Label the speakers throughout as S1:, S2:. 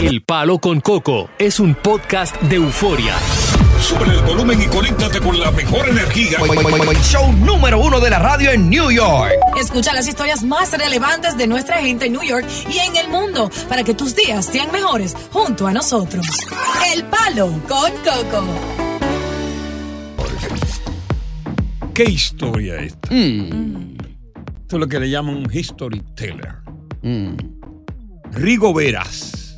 S1: El Palo con Coco es un podcast de euforia.
S2: Sube el volumen y conéctate con la mejor energía.
S3: show número uno de la radio en New York.
S4: Escucha las historias más relevantes de nuestra gente en New York y en el mundo para que tus días sean mejores junto a nosotros. El Palo con Coco.
S2: ¿Qué historia esta? Esto es lo que le llaman un history teller. Rigo Veras.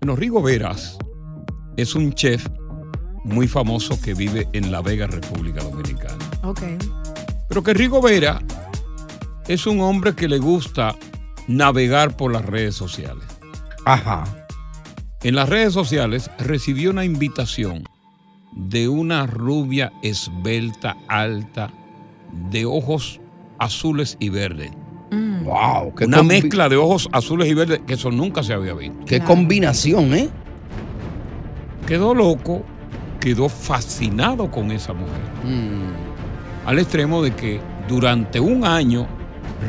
S2: Bueno, Rigo Veras es un chef muy famoso que vive en La Vega, República Dominicana.
S4: Ok.
S2: Pero que Rigo Vera es un hombre que le gusta navegar por las redes sociales.
S3: Ajá.
S2: En las redes sociales recibió una invitación de una rubia esbelta, alta, de ojos azules y verdes.
S3: Mm. Wow. Qué
S2: Una
S3: combi-
S2: mezcla de ojos azules y verdes que eso nunca se había visto.
S3: Qué combinación, ¿eh?
S2: Quedó loco, quedó fascinado con esa mujer. Al extremo de que durante un año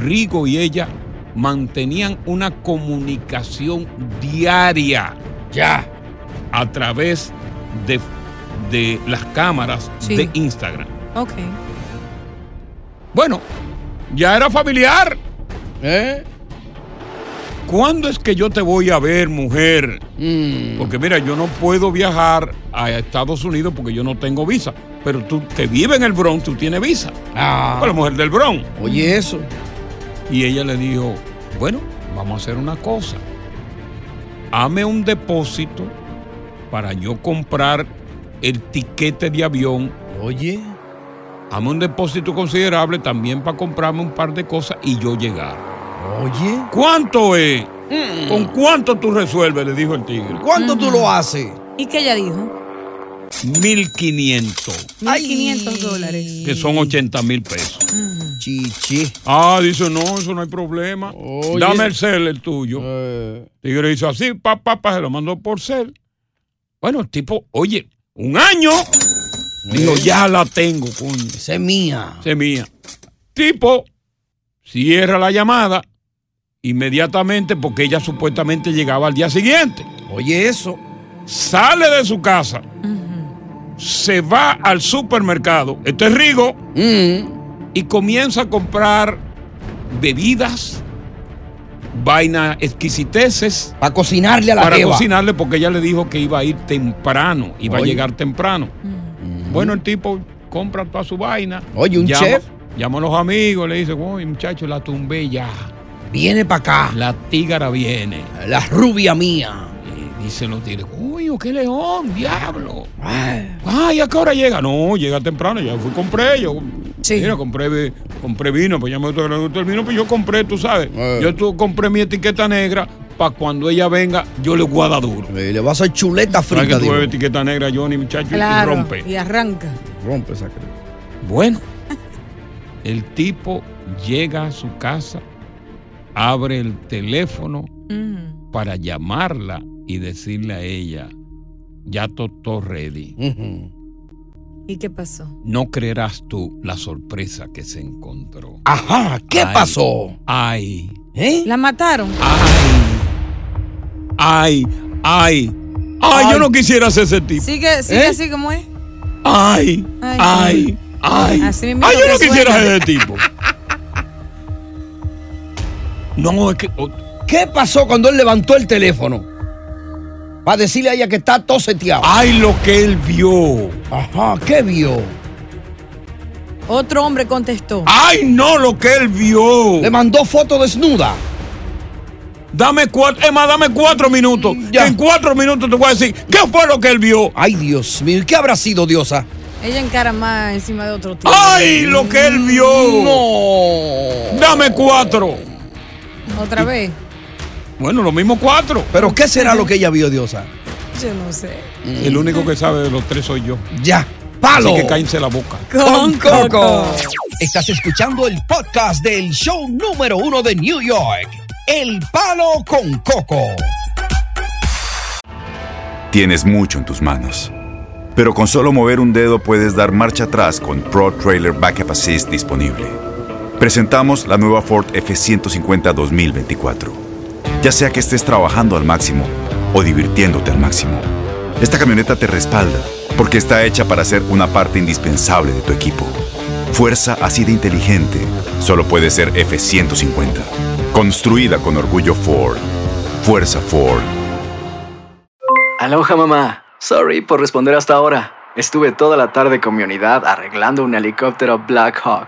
S2: Rigo y ella mantenían una comunicación diaria.
S3: Ya.
S2: a través de, de las cámaras
S4: Sí.
S2: de Instagram.
S4: Ok.
S2: Bueno, ya era familiar.
S3: ¿Eh?
S2: ¿Cuándo es que yo te voy a ver, mujer?
S3: Mm.
S2: Porque mira, yo no puedo viajar a Estados Unidos porque yo no tengo visa. Pero tú que vive en el Bronx, tú tienes visa.
S3: Ah.
S2: Pues la mujer del Bronx.
S3: Oye, eso.
S2: Y ella le dijo, bueno, vamos a hacer una cosa. Hame un depósito para yo comprar el tiquete de avión
S3: Oye.
S2: Hazme un depósito considerable también para comprarme un par de cosas y yo llegar.
S3: Oye.
S2: ¿Cuánto es? ¿Con cuánto tú resuelves? Le dijo el tigre.
S3: ¿Cuánto tú lo haces?
S4: ¿Y qué ella dijo?
S2: 1500,
S4: 1.500 dólares.
S2: que son 80 mil pesos.
S3: Chichi.
S2: Ah, dice, no, eso no hay problema.
S3: Oye.
S2: Dame el cel, el tuyo.
S3: Eh.
S2: Tigre hizo así, pa, pa, pa, se lo mandó por cel. Bueno, el tipo, oye, un año.
S3: Eh.
S2: Dijo, ya la tengo, coño.
S3: Esa es mía.
S2: Esa es mía. Tipo, cierra la llamada inmediatamente porque ella supuestamente llegaba al día siguiente.
S3: Oye, eso.
S2: Sale de su casa, se va al supermercado, este es Rigo,
S3: Mm.
S2: y comienza a comprar bebidas, vainas exquisiteces
S3: Para cocinarle a la
S2: para
S3: jeva.
S2: cocinarle porque ella le dijo que iba a ir temprano, iba a
S3: Oye. Mm.
S2: llegar temprano. Bueno, el tipo compra toda su vaina.
S3: Oye, un chef.
S2: Llama a los amigos, le dice, uy, muchacho, la tumbé ya.
S3: Viene para acá.
S2: La tígara viene.
S3: La rubia mía.
S2: Y dicen los tigres, uy, oh, qué león, diablo. Ay, ¿a qué hora llega? No, llega temprano, ya fui, compré, yo.
S4: Sí.
S2: Mira, compré, ve- compré vino, pues ya me gusta que le gusta el vino, pues yo compré, tú sabes.
S3: Eh.
S2: Yo tu- compré mi etiqueta negra para cuando ella venga, yo le guarda duro.
S3: Eh, le vas a hacer chuleta
S2: ¿Sabes que
S3: frita.
S2: tú
S3: digo.
S2: bebes etiqueta negra, Johnny, muchacho, y rompe.
S4: arranca.
S3: Rompe esa crema.
S2: Bueno, el tipo llega a su casa abre el teléfono
S4: Mm.
S2: para llamarla y decirle a ella, ya todo ready.
S4: ¿Y qué pasó?
S2: No creerás tú la sorpresa que se encontró.
S5: Ajá, ¿qué
S2: Ay.
S5: pasó?
S2: Ay,
S5: ¿Eh?
S4: ¿La mataron?
S2: ay, ay, ay, yo no quisiera ser ese tipo.
S4: Sigue, sigue
S2: ¿Eh?
S4: así como es.
S2: Ay,
S4: Ay,
S2: ay, ay.
S4: Así mismo
S2: Ay, yo no
S4: que suena.
S2: quisiera ser ese tipo. No, es que... oh,
S5: ¿Qué pasó cuando él levantó el teléfono? Para decirle a ella que está todo seteado.
S2: ay, lo que él vio.
S5: Ajá, ¿qué vio?
S4: Otro hombre contestó.
S2: Ay, no, lo que él vio.
S5: Le mandó foto desnuda.
S2: Dame cuatro, Emma, dame cuatro minutos.
S5: Mm, Ya.
S2: Que En cuatro minutos te voy a decir qué fue lo que él vio.
S5: Ay, Dios mío, ¿y qué habrá sido, diosa?
S4: Ella encara más encima de otro tipo.
S2: ¡Ay, lo que él vio!
S5: No.
S2: ¡Dame cuatro!
S4: Otra vez.
S2: Bueno, lo mismo cuatro.
S5: ¿Pero qué será lo que ella vio, diosa?
S4: Yo no sé.
S2: El único que sabe de los tres soy yo.
S5: Ya. ¡Palo!
S2: Así que cállense la boca.
S5: con Coco. Estás escuchando el podcast del show número uno de New York, El Palo con Coco.
S6: Tienes mucho en tus manos. Pero con solo mover un dedo puedes dar marcha atrás con Pro Trailer Backup Assist disponible. Presentamos la nueva Ford F150 2024. Ya sea que estés trabajando al máximo o divirtiéndote al máximo, esta camioneta te respalda porque está hecha para ser una parte indispensable de tu equipo. Fuerza así de inteligente solo puede ser F150. Construida con orgullo Ford. Fuerza Ford.
S7: Aloha mamá. Sorry por responder hasta ahora. Estuve toda la tarde con mi unidad arreglando un helicóptero Black Hawk.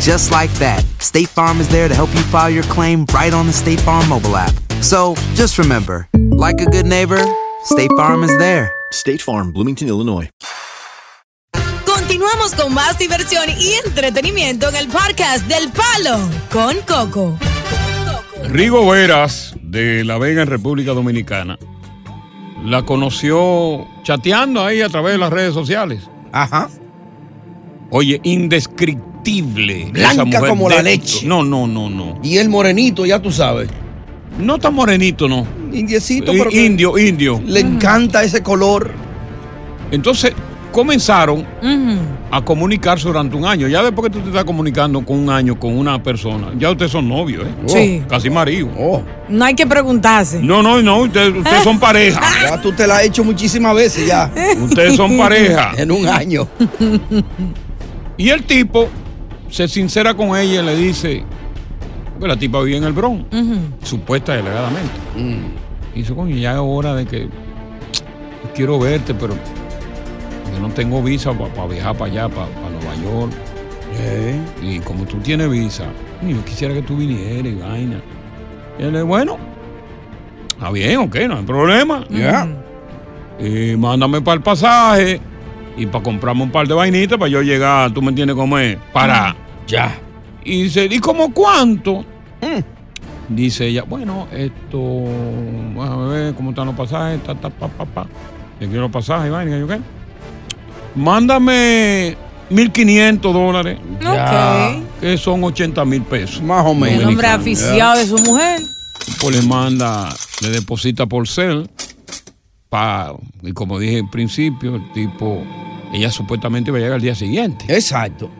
S8: just like that, State Farm is there to help you file your claim right on the State Farm mobile app. So just remember like a good neighbor, State Farm is there.
S9: State Farm, Bloomington, Illinois.
S4: Continuamos con más diversión y entretenimiento en el podcast del Palo con Coco.
S2: Rigo Veras, de La Vega, en República Dominicana, la conoció chateando ahí a través de las redes sociales.
S5: Ajá.
S2: Oye, indescriptible.
S5: Blanca
S2: esa mujer.
S5: como la
S2: De-
S5: leche.
S2: No, no, no, no.
S5: Y el morenito, ya tú sabes.
S2: No tan morenito, no.
S5: Indiecito,
S2: I-
S5: pero que
S2: Indio, indio.
S5: le encanta ese color.
S2: Entonces comenzaron
S4: Ujú.
S2: a comunicarse durante un año. Ya después que tú te estás comunicando con un año con una persona, ya ustedes son novios, ¿eh?
S4: Sí.
S2: Casi marido.
S4: No hay que preguntarse.
S2: No, no, no, ustedes, ustedes son pareja.
S5: Ya tú te la has hecho muchísimas veces ya.
S2: Ustedes son pareja.
S5: En un año.
S2: Y el tipo se sincera con ella y le dice, porque la tipa vive en el Bronx,
S4: Ujú.
S2: supuesta y alegadamente. Y dice, coño, ya es hora de que quiero verte, pero yo no tengo visa para viajar para allá, para Nueva York. Y como tú tienes visa, "Coño, yo quisiera que tú vinieras y vaina. Y él le bueno, está bien, ok, no hay problema.
S5: Ya.
S2: Eh, mándame para el pasaje y para comprarme un par de vainitas para yo llegar, tú me entiendes cómo es, para.
S5: Ya.
S2: Y dice, ¿y como cuánto? Dice ella, bueno, esto, vamos a ver cómo están los pasajes, ta, ta, pa, pa, pa. Te quiero los pasajes, vaina, yo qué. Mándame 1.500 dólares,
S4: Ok.
S2: que son 80 mil pesos.
S5: Más o
S4: El
S5: menos.
S4: hombre aficiado de su mujer.
S2: Pues le manda, le deposita por cel. pa- y como dije en principio, el tipo, ella supuestamente va a llegar al día siguiente.
S5: Exacto.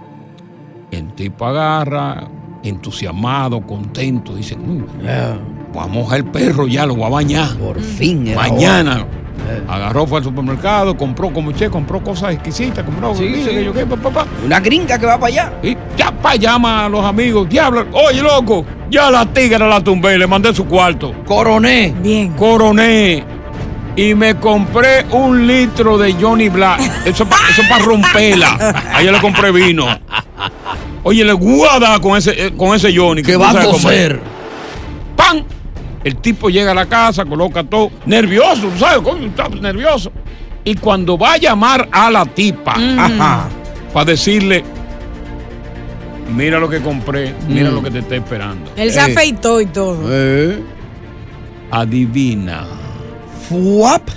S2: El tipo agarra, entusiasmado, contento, dice, "Mm,
S5: Ya.
S2: voy a mojar el perro ya, lo voy a bañar.
S5: Ah, Por fin. era
S2: Mañana.
S5: hora. Eh.
S2: Agarró, fue al supermercado, compró como che, compró cosas exquisitas, compró
S5: Sí,
S2: dice
S5: sí.
S2: que yo qué, pa, pa, pa.
S5: Una gringa que va para allá.
S2: Y ya pa llama a los amigos, diablo, oye loco, ya la tigra la tumbé, le mandé su cuarto.
S5: Coroné.
S4: Bien.
S2: coroné y me compré un litro de Johnny Black. Eso para romperla. Ayer le compré vino. Oye, le guada con ese, eh, con ese Johnny.
S5: Que
S2: tú
S5: va a
S2: sabes cómo es.
S5: coser.
S2: ¡Pam! El tipo llega a la casa, coloca todo, nervioso, ¿sabes? Coño, está nervioso. Y cuando va a llamar a la tipa,
S10: Mm.
S5: Mm.
S2: para decirle, mira lo que compré, mira
S4: Mm.
S2: lo que te está esperando.
S4: Él se
S2: Eh,
S4: afeitó y todo.
S2: eh, adivina.
S5: ¡Fuap!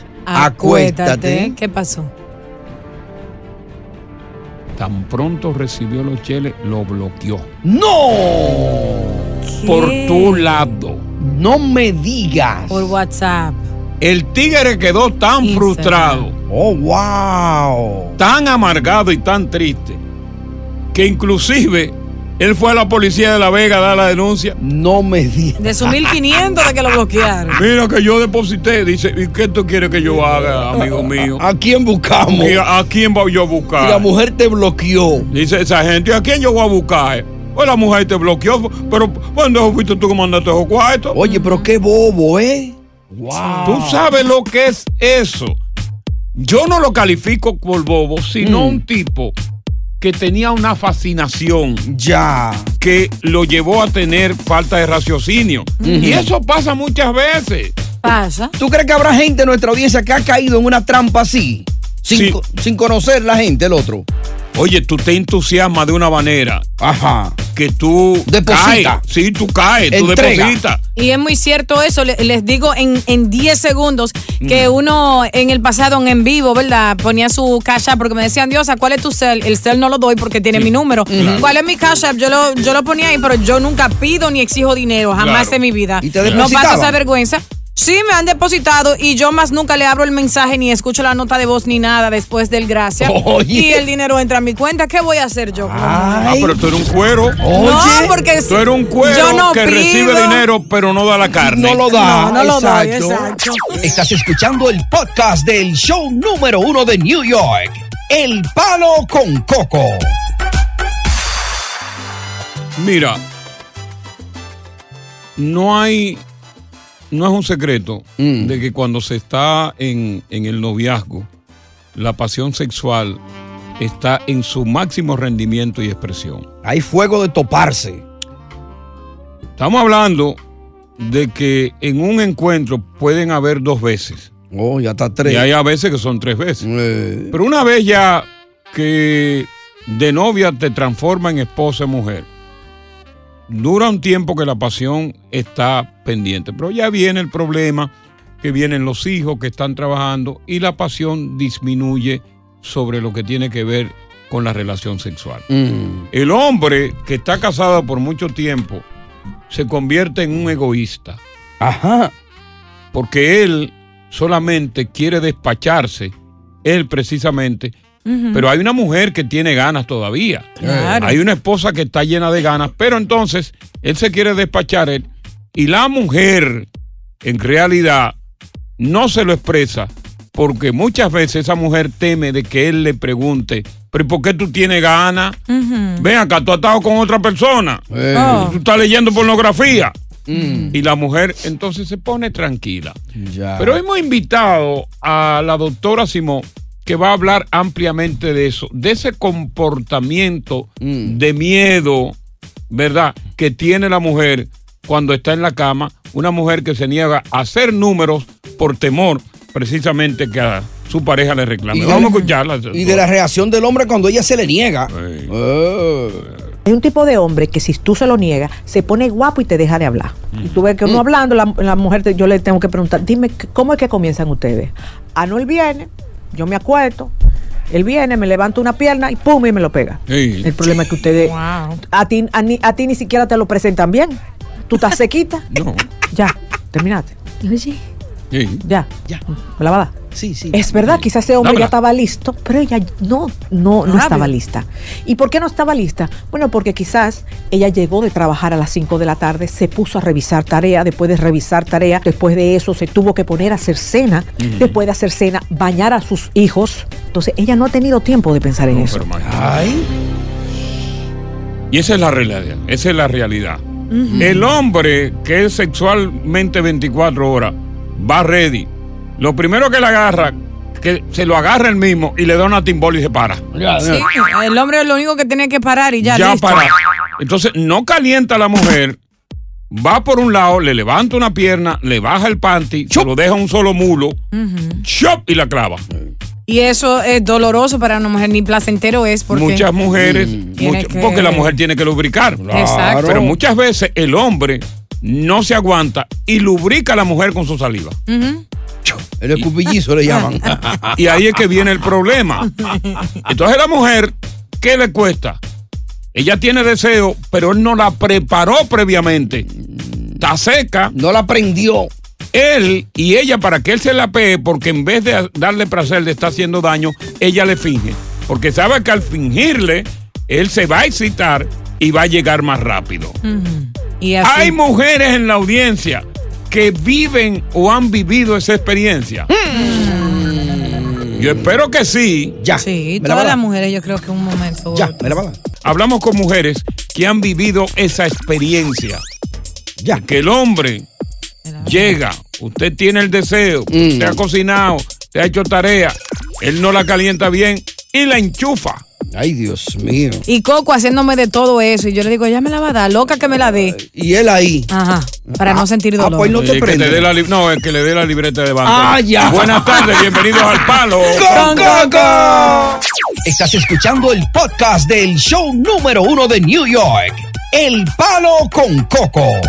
S4: ¿Qué pasó?
S2: Tan pronto recibió los cheles, lo bloqueó.
S5: ¡No!
S2: Por tu lado.
S5: No me digas.
S4: Por WhatsApp.
S2: El tigre quedó tan frustrado.
S5: Oh, wow.
S2: Tan amargado y tan triste. Que inclusive él fue a la policía de La Vega a dar la denuncia.
S5: No me digas.
S4: De su 1500 de que lo bloquearon.
S2: Mira que yo deposité, dice, ¿y qué tú quieres que yo haga, amigo mío?
S5: ¿A quién buscamos?
S2: ¿A quién voy yo a buscar?
S5: La mujer te bloqueó.
S2: Dice esa gente, ¿y a quién yo voy a buscar? Pues la mujer te bloqueó, pero ¿cuándo fuiste tú que mandaste esos cuartos?
S5: Oye, pero qué bobo, ¿eh?
S2: Tú
S10: Ah.
S2: sabes lo que es eso. Yo no lo califico por bobo, sino un tipo que tenía una fascinación.
S5: Ya.
S2: Que lo llevó a tener falta de raciocinio. Y eso pasa muchas veces.
S4: Pasa.
S5: ¿Tú crees que habrá gente en nuestra audiencia que ha caído en una trampa así? Sin, co- sin conocer la gente, el otro.
S2: Oye, tú te entusiasmas de una manera.
S5: Ajá.
S2: Que tú. Caes.
S5: Deposita.
S2: Sí, tú caes, tú
S5: Entrega.
S2: depositas.
S4: Y es muy cierto eso, le- les digo en, en 10 segundos que uno en el pasado en en vivo, ¿verdad? Ponía su cash app porque me decían, Diosa, ¿cuál es tu cel? El cel no lo doy porque tiene mi número.
S5: Claro.
S4: ¿Cuál es mi cash app? Yo lo, yo lo ponía ahí, pero yo nunca pido ni exijo dinero, jamás
S5: Claro.
S4: en mi vida.
S5: ¿Y te
S4: no
S5: depositaban?
S4: paso esa vergüenza. Sí, me han depositado y yo más nunca le abro el mensaje ni escucho la nota de voz ni nada después del gracias.
S2: Oye.
S4: Y el dinero entra a mi cuenta. ¿Qué voy a hacer yo?
S2: Ah, pero tú eres un cuero.
S4: No, porque
S2: Tú eres un cuero
S4: yo no
S2: que
S4: pido.
S2: recibe dinero, pero no da la carne.
S5: No lo
S4: No,
S5: da.
S4: no lo doy,
S5: exacto. Estás escuchando el podcast del show número uno de New York. El palo con coco.
S2: Mira, no hay, no es un secreto de que cuando se está en, en el noviazgo, la pasión sexual está en su máximo rendimiento y expresión.
S5: Hay fuego de toparse.
S2: Estamos hablando de que en un encuentro pueden haber dos veces.
S5: Oh, ya está tres. Eh,
S2: Y hay a veces que son tres veces. Pero una vez ya que de novia te transforma en esposa y mujer, dura un tiempo que la pasión está pendiente. Pero ya viene el problema, que vienen los hijos que están trabajando y la pasión disminuye sobre lo que tiene que ver con la relación sexual. El hombre que está casado por mucho tiempo se convierte en un egoísta.
S5: Ajá.
S2: Porque él solamente quiere despacharse, él precisamente. Pero hay una mujer que tiene ganas todavía.
S5: Claro.
S2: Hay una esposa que está llena de ganas, pero entonces él se quiere despachar él. Y la mujer, en realidad, no se lo expresa porque muchas veces esa mujer teme de que él le pregunte, pero ¿y ¿por qué tú tienes ganas? Ven acá, tú has estado con otra persona.
S4: Eh,
S5: Oh. Mm.
S2: Tú estás leyendo pornografía. Y la mujer entonces se pone tranquila.
S5: Ya.
S2: Pero hemos invitado a la doctora Simón, que va a hablar ampliamente de eso, de ese comportamiento
S5: Mm.
S2: de miedo, ¿verdad?, que tiene la mujer cuando está en la cama, una mujer que se niega a hacer números por temor precisamente que a su pareja le reclame.
S5: Y de-
S2: Vamos a escucharla.
S5: Y de la reacción del hombre cuando ella se le niega. Oh.
S11: Hay un tipo de hombre que si tú se lo niegas, se pone guapo y te deja de hablar. Y tú ves que
S4: Mm.
S11: uno hablando, la, la mujer, te- yo le tengo que preguntar, dime, ¿cómo es que comienzan ustedes? Ah, no, él viene, yo me acuesto, él viene, me levanta una pierna y pum, y me lo pega. El problema es que ustedes, a, ti, a ni, a ti ni siquiera te lo presentan bien. Tú estás sequita.
S2: No.
S11: Ya, terminaste. Oye.
S2: Sí.
S11: Ya. Ya. ¿Me la va a dar?
S5: Sí, sí.
S11: Es verdad, quizás ese hombre
S5: Dámela.
S11: ya estaba listo, pero ella no, no, no
S5: Rápido.
S11: estaba lista. ¿Y por qué no estaba lista? Bueno, porque quizás ella llegó de trabajar a las 5 de la tarde, se puso a revisar tarea, después de revisar tarea, después de eso se tuvo que poner a hacer cena,
S4: Mm.
S10: Ujú.
S11: ¿ah? después de hacer cena, bañar a sus hijos. Entonces, ella no ha tenido tiempo de pensar en eso.
S2: Y esa es la realidad. Esa es la realidad. El hombre que es sexualmente 24 horas va ready. Lo primero que le agarra, que se lo agarra él mismo y le da una timbola y se para.
S4: Sí, el hombre es lo único que tiene que parar y ya,
S2: Ya
S4: listo.
S2: para. Entonces no calienta a la mujer va por un lado, le levanta una pierna, le baja el panty, se lo deja a un solo mulo,
S4: Ujú.
S2: ¡chop! y la clava.
S4: Y eso es doloroso para una mujer, ni placentero es porque.
S2: muchas mujeres,
S4: Tiene
S2: mucha-
S4: que-
S2: porque la mujer tiene que lubricar.
S4: Exacto.
S2: Pero muchas veces el hombre no se aguanta y lubrica a la mujer con su saliva.
S4: Ujú.
S2: El escupillizo le llaman. y ahí es que viene el problema. Entonces la mujer, ¿qué le cuesta? Ella tiene deseo, pero él no la preparó previamente. Está seca. No la prendió. Él y ella, para que él se la pegue, porque en vez de darle placer, le está haciendo daño, ella le finge. Porque sabe que al fingirle, él se va a excitar y va a llegar más rápido.
S4: Ujú. Y así.
S2: Hay mujeres en la audiencia que viven o han vivido esa experiencia.
S5: Mm.
S2: Yo espero que sí. Ya.
S4: Sí, todas las mujeres, yo creo que un momento. Ya,
S2: Hablamos con mujeres que han vivido esa experiencia. Ya. Que el hombre llega, usted tiene el deseo,
S5: Mm.
S2: usted ha cocinado, usted ha hecho tarea, él no la calienta bien y la enchufa. Ay, Dios mío.
S4: Y Coco haciéndome de todo eso. Y yo le digo, ya me la va a dar, loca que me la dé.
S2: Y él ahí.
S4: Ajá. Para
S2: Ah,
S4: no sentir dolor.
S2: pues que le dé la li- no, es que le dé la libreta de banco.
S5: Ah, ya.
S2: Buenas tardes, bienvenidos al Palo.
S5: ¡Con Coco! Estás escuchando el podcast del show número uno de New York, El Palo con Coco.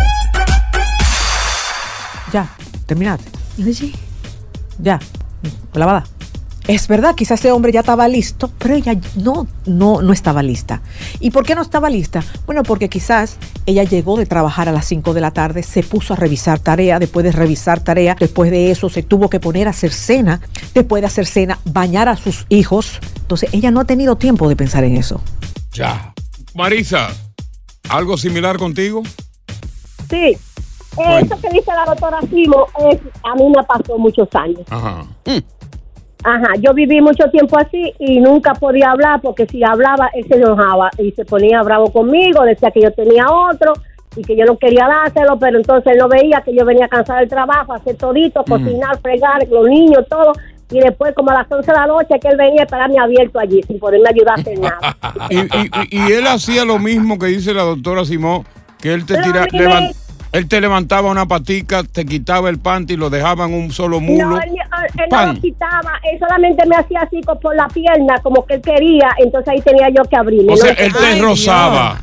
S11: Ya, terminaste. Ya, lavada. Es verdad, quizás ese hombre ya estaba listo, pero ella no, no, no estaba lista. ¿Y por qué no estaba lista? Bueno, porque quizás ella llegó de trabajar a las 5 de la tarde, se puso a revisar tarea, después de revisar tarea, después de eso se tuvo que poner a hacer cena, después de hacer cena, bañar a sus hijos. Entonces ella no ha tenido tiempo de pensar en eso.
S2: Ya. Marisa, ¿algo similar contigo?
S10: Sí. Eso que dice la doctora Simo es, a mí me pasó muchos años.
S2: Ajá.
S10: Ajá, yo viví mucho tiempo así y nunca podía hablar porque si hablaba él se enojaba y se ponía bravo conmigo, decía que yo tenía otro y que yo no quería dárselo, pero entonces él no veía que yo venía cansada del trabajo, hacer todito,
S5: Mm.
S10: cocinar, fregar, los niños, todo. Y después, como a las 11 de la noche, que él venía a esperarme abierto allí sin poderme ayudar a hacer nada.
S2: Y, y- y- y él hacía lo mismo que dice la doctora Simón, que él te
S10: Lo
S2: tira,
S10: mismo.
S2: levan- él te levantaba una patica, te quitaba el panty, lo dejaba en un solo mulo.
S10: No, él, él no
S2: Pan.
S10: lo quitaba, él solamente me hacía así co- por la pierna, como que él quería, entonces ahí tenía yo que abrirle.
S2: o
S10: ¿no?
S2: sea, él te rozaba.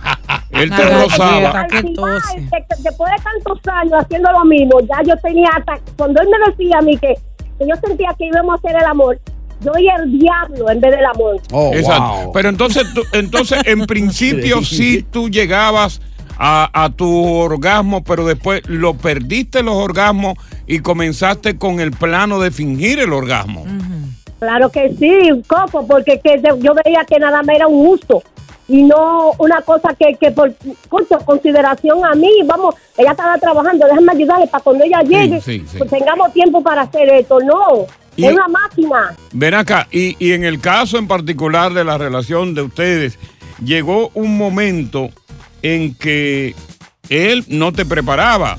S2: Él te rozaba.
S10: Al final, de- después de tantos años haciendo lo mismo, ya yo tenía hasta, cuando él me decía a mí que, que yo sentía que íbamos a hacer el amor, yo oía el diablo en vez del amor.
S2: Oh. Exacto. Pero entonces, tú- entonces en principio sí tú llegabas a, a tu orgasmo, pero después lo perdiste los orgasmos y comenzaste con el plano de fingir el orgasmo.
S10: Claro que sí, Coco, porque que yo yo veía que nada más era un gusto y no una cosa que, que por concho, consideración a mí, vamos, ella estaba trabajando, déjame ayudarle para cuando ella llegue,
S2: sí, sí.
S10: pues tengamos tiempo para hacer esto. No,
S2: Y-
S10: es una máquina.
S2: Ven acá, y, y en el caso en particular de la relación de ustedes, llegó un momento en que él no te preparaba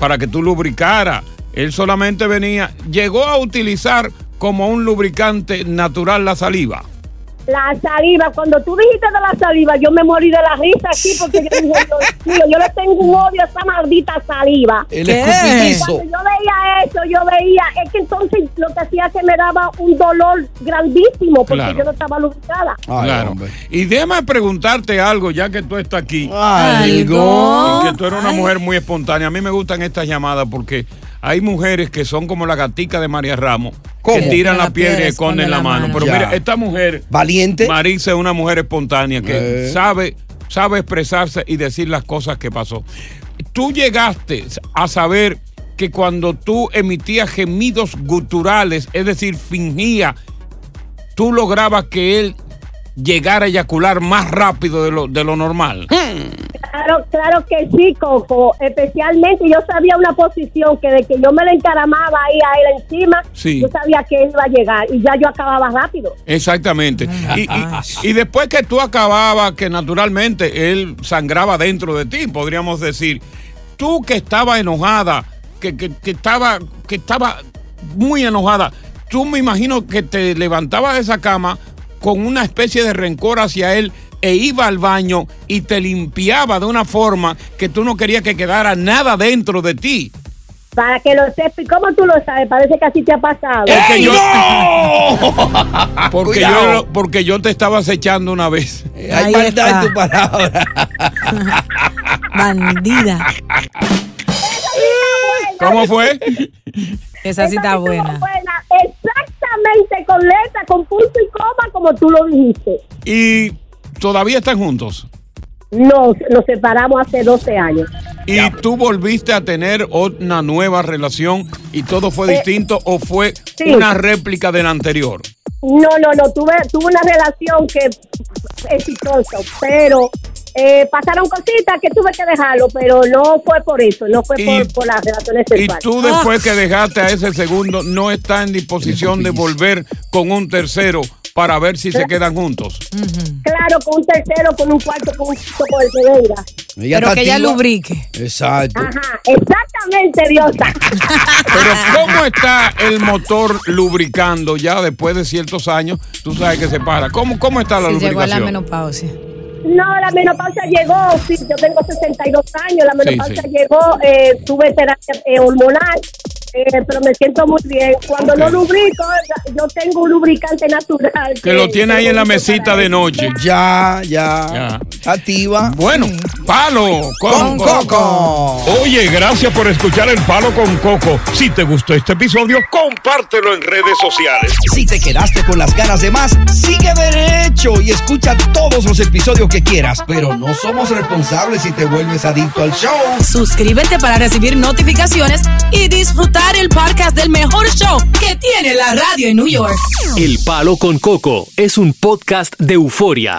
S2: para que tú lubricara, él solamente venía, llegó a utilizar como un lubricante natural la saliva.
S10: La saliva, cuando tú dijiste de la saliva, yo me morí de la risa aquí porque yo dije, Dios mío, yo le tengo un odio a esa maldita saliva.
S5: El ¿Qué? escupidizo.
S10: Cuando yo veía eso, yo veía, es que entonces lo que hacía que me daba un dolor grandísimo porque
S2: Claro.
S10: yo no estaba lubricada.
S2: claro. Y déjame preguntarte algo, ya que tú estás aquí.
S10: ¿Algo?
S2: Porque tú eres una mujer muy espontánea. A mí me gustan estas llamadas porque hay mujeres que son como la gatica de María Ramos, que
S5: ¿Cómo?
S2: tiran
S5: La
S2: la, piedra y
S5: piedra,
S2: esconden
S5: esconde
S2: la
S5: la
S2: mano.
S5: mano.
S2: Pero
S5: Ya.
S2: mira, esta mujer.
S5: Valiente.
S2: Marisa es una mujer espontánea que
S5: Eh.
S2: sabe, sabe expresarse y decir las cosas que pasó. Tú llegaste a saber que cuando tú emitías gemidos guturales, es decir, fingía, tú lograbas que él llegara a eyacular más rápido de lo, de lo normal.
S10: Claro, claro que sí, Coco. Especialmente yo sabía una posición que de que yo me la encaramaba ahí a él encima,
S2: Sí.
S10: yo sabía que él iba a llegar y ya yo acababa rápido.
S2: Exactamente. Y, y- y después que tú acababas, que naturalmente él sangraba dentro de ti, podríamos decir, tú que estaba enojada, que, que- que estaba, que estaba muy enojada, tú me imagino que te levantabas de esa cama con una especie de rencor hacia él e iba al baño y te limpiaba de una forma que tú no querías que quedara nada dentro de ti.
S10: Para que lo sepas, ¿y ¿cómo tú lo sabes? Parece que así te ha pasado.
S2: Porque yo, porque yo, porque yo te estaba acechando una vez.
S4: Eh, Hay maldad en tu palabra. Bandida.
S2: ¿Cómo fue?
S4: Esa sí está buena.
S10: Buena, exactamente con letra, con punto y coma, como tú lo dijiste.
S2: ¿Y todavía están juntos?
S10: No, nos separamos hace 12 años.
S2: ¿Y tú volviste a tener una nueva relación y todo fue
S10: Eh,
S2: distinto o fue
S10: sí.
S2: una réplica de la anterior?
S10: No, no, no, tuve, tuve una relación que exitosa, pero eh, pasaron cositas que tuve que dejarlo, pero no fue por eso, no fue
S2: Y-
S10: por, por las relaciones
S2: Y
S10: sexuales.
S2: tú después que dejaste a ese segundo no está en disposición de volver con un tercero para ver si se quedan juntos.
S10: Claro, con un tercero, con un cuarto, con un quinto, con el que venga.
S4: Pero que ella
S10: lubrica.
S4: lubrique.
S2: Exacto.
S10: Ajá, exactamente, Diosa.
S2: Pero ¿cómo está el motor lubricando ya después de ciertos años? Tú sabes que se para. ¿Cómo, cómo está la
S4: Si llegó a la
S2: lubricación?
S4: menopausia.
S10: No, la menopausia llegó, sí, yo tengo 62 años, la menopausia
S2: sí.
S10: llegó, eh, tuve terapia eh, hormonal, eh, pero me siento muy bien. Cuando no lubrico, yo tengo un lubricante natural.
S2: Que lo tiene ahí en la mesita de noche.
S5: Ya, ya. Activa.
S2: Bueno, palo con, coco.
S12: Oye, gracias por escuchar El Palo con Coco. Si te gustó este episodio, compártelo en redes sociales.
S5: Si te quedaste con las ganas de más, sigue derecho y escucha todos los episodios que quieras. Pero no somos responsables si te vuelves adicto al show.
S4: Suscríbete para recibir notificaciones y disfrutar el podcast del mejor show que tiene la radio en New York.
S1: El Palo con Coco es un podcast de euforia.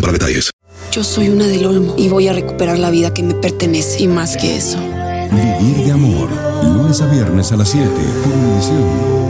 S13: para detalles.
S14: Yo soy una del Olmo y voy a recuperar la vida que me pertenece y más que eso.
S15: Vivir de amor. Lunes a viernes a las 7 por Univisión.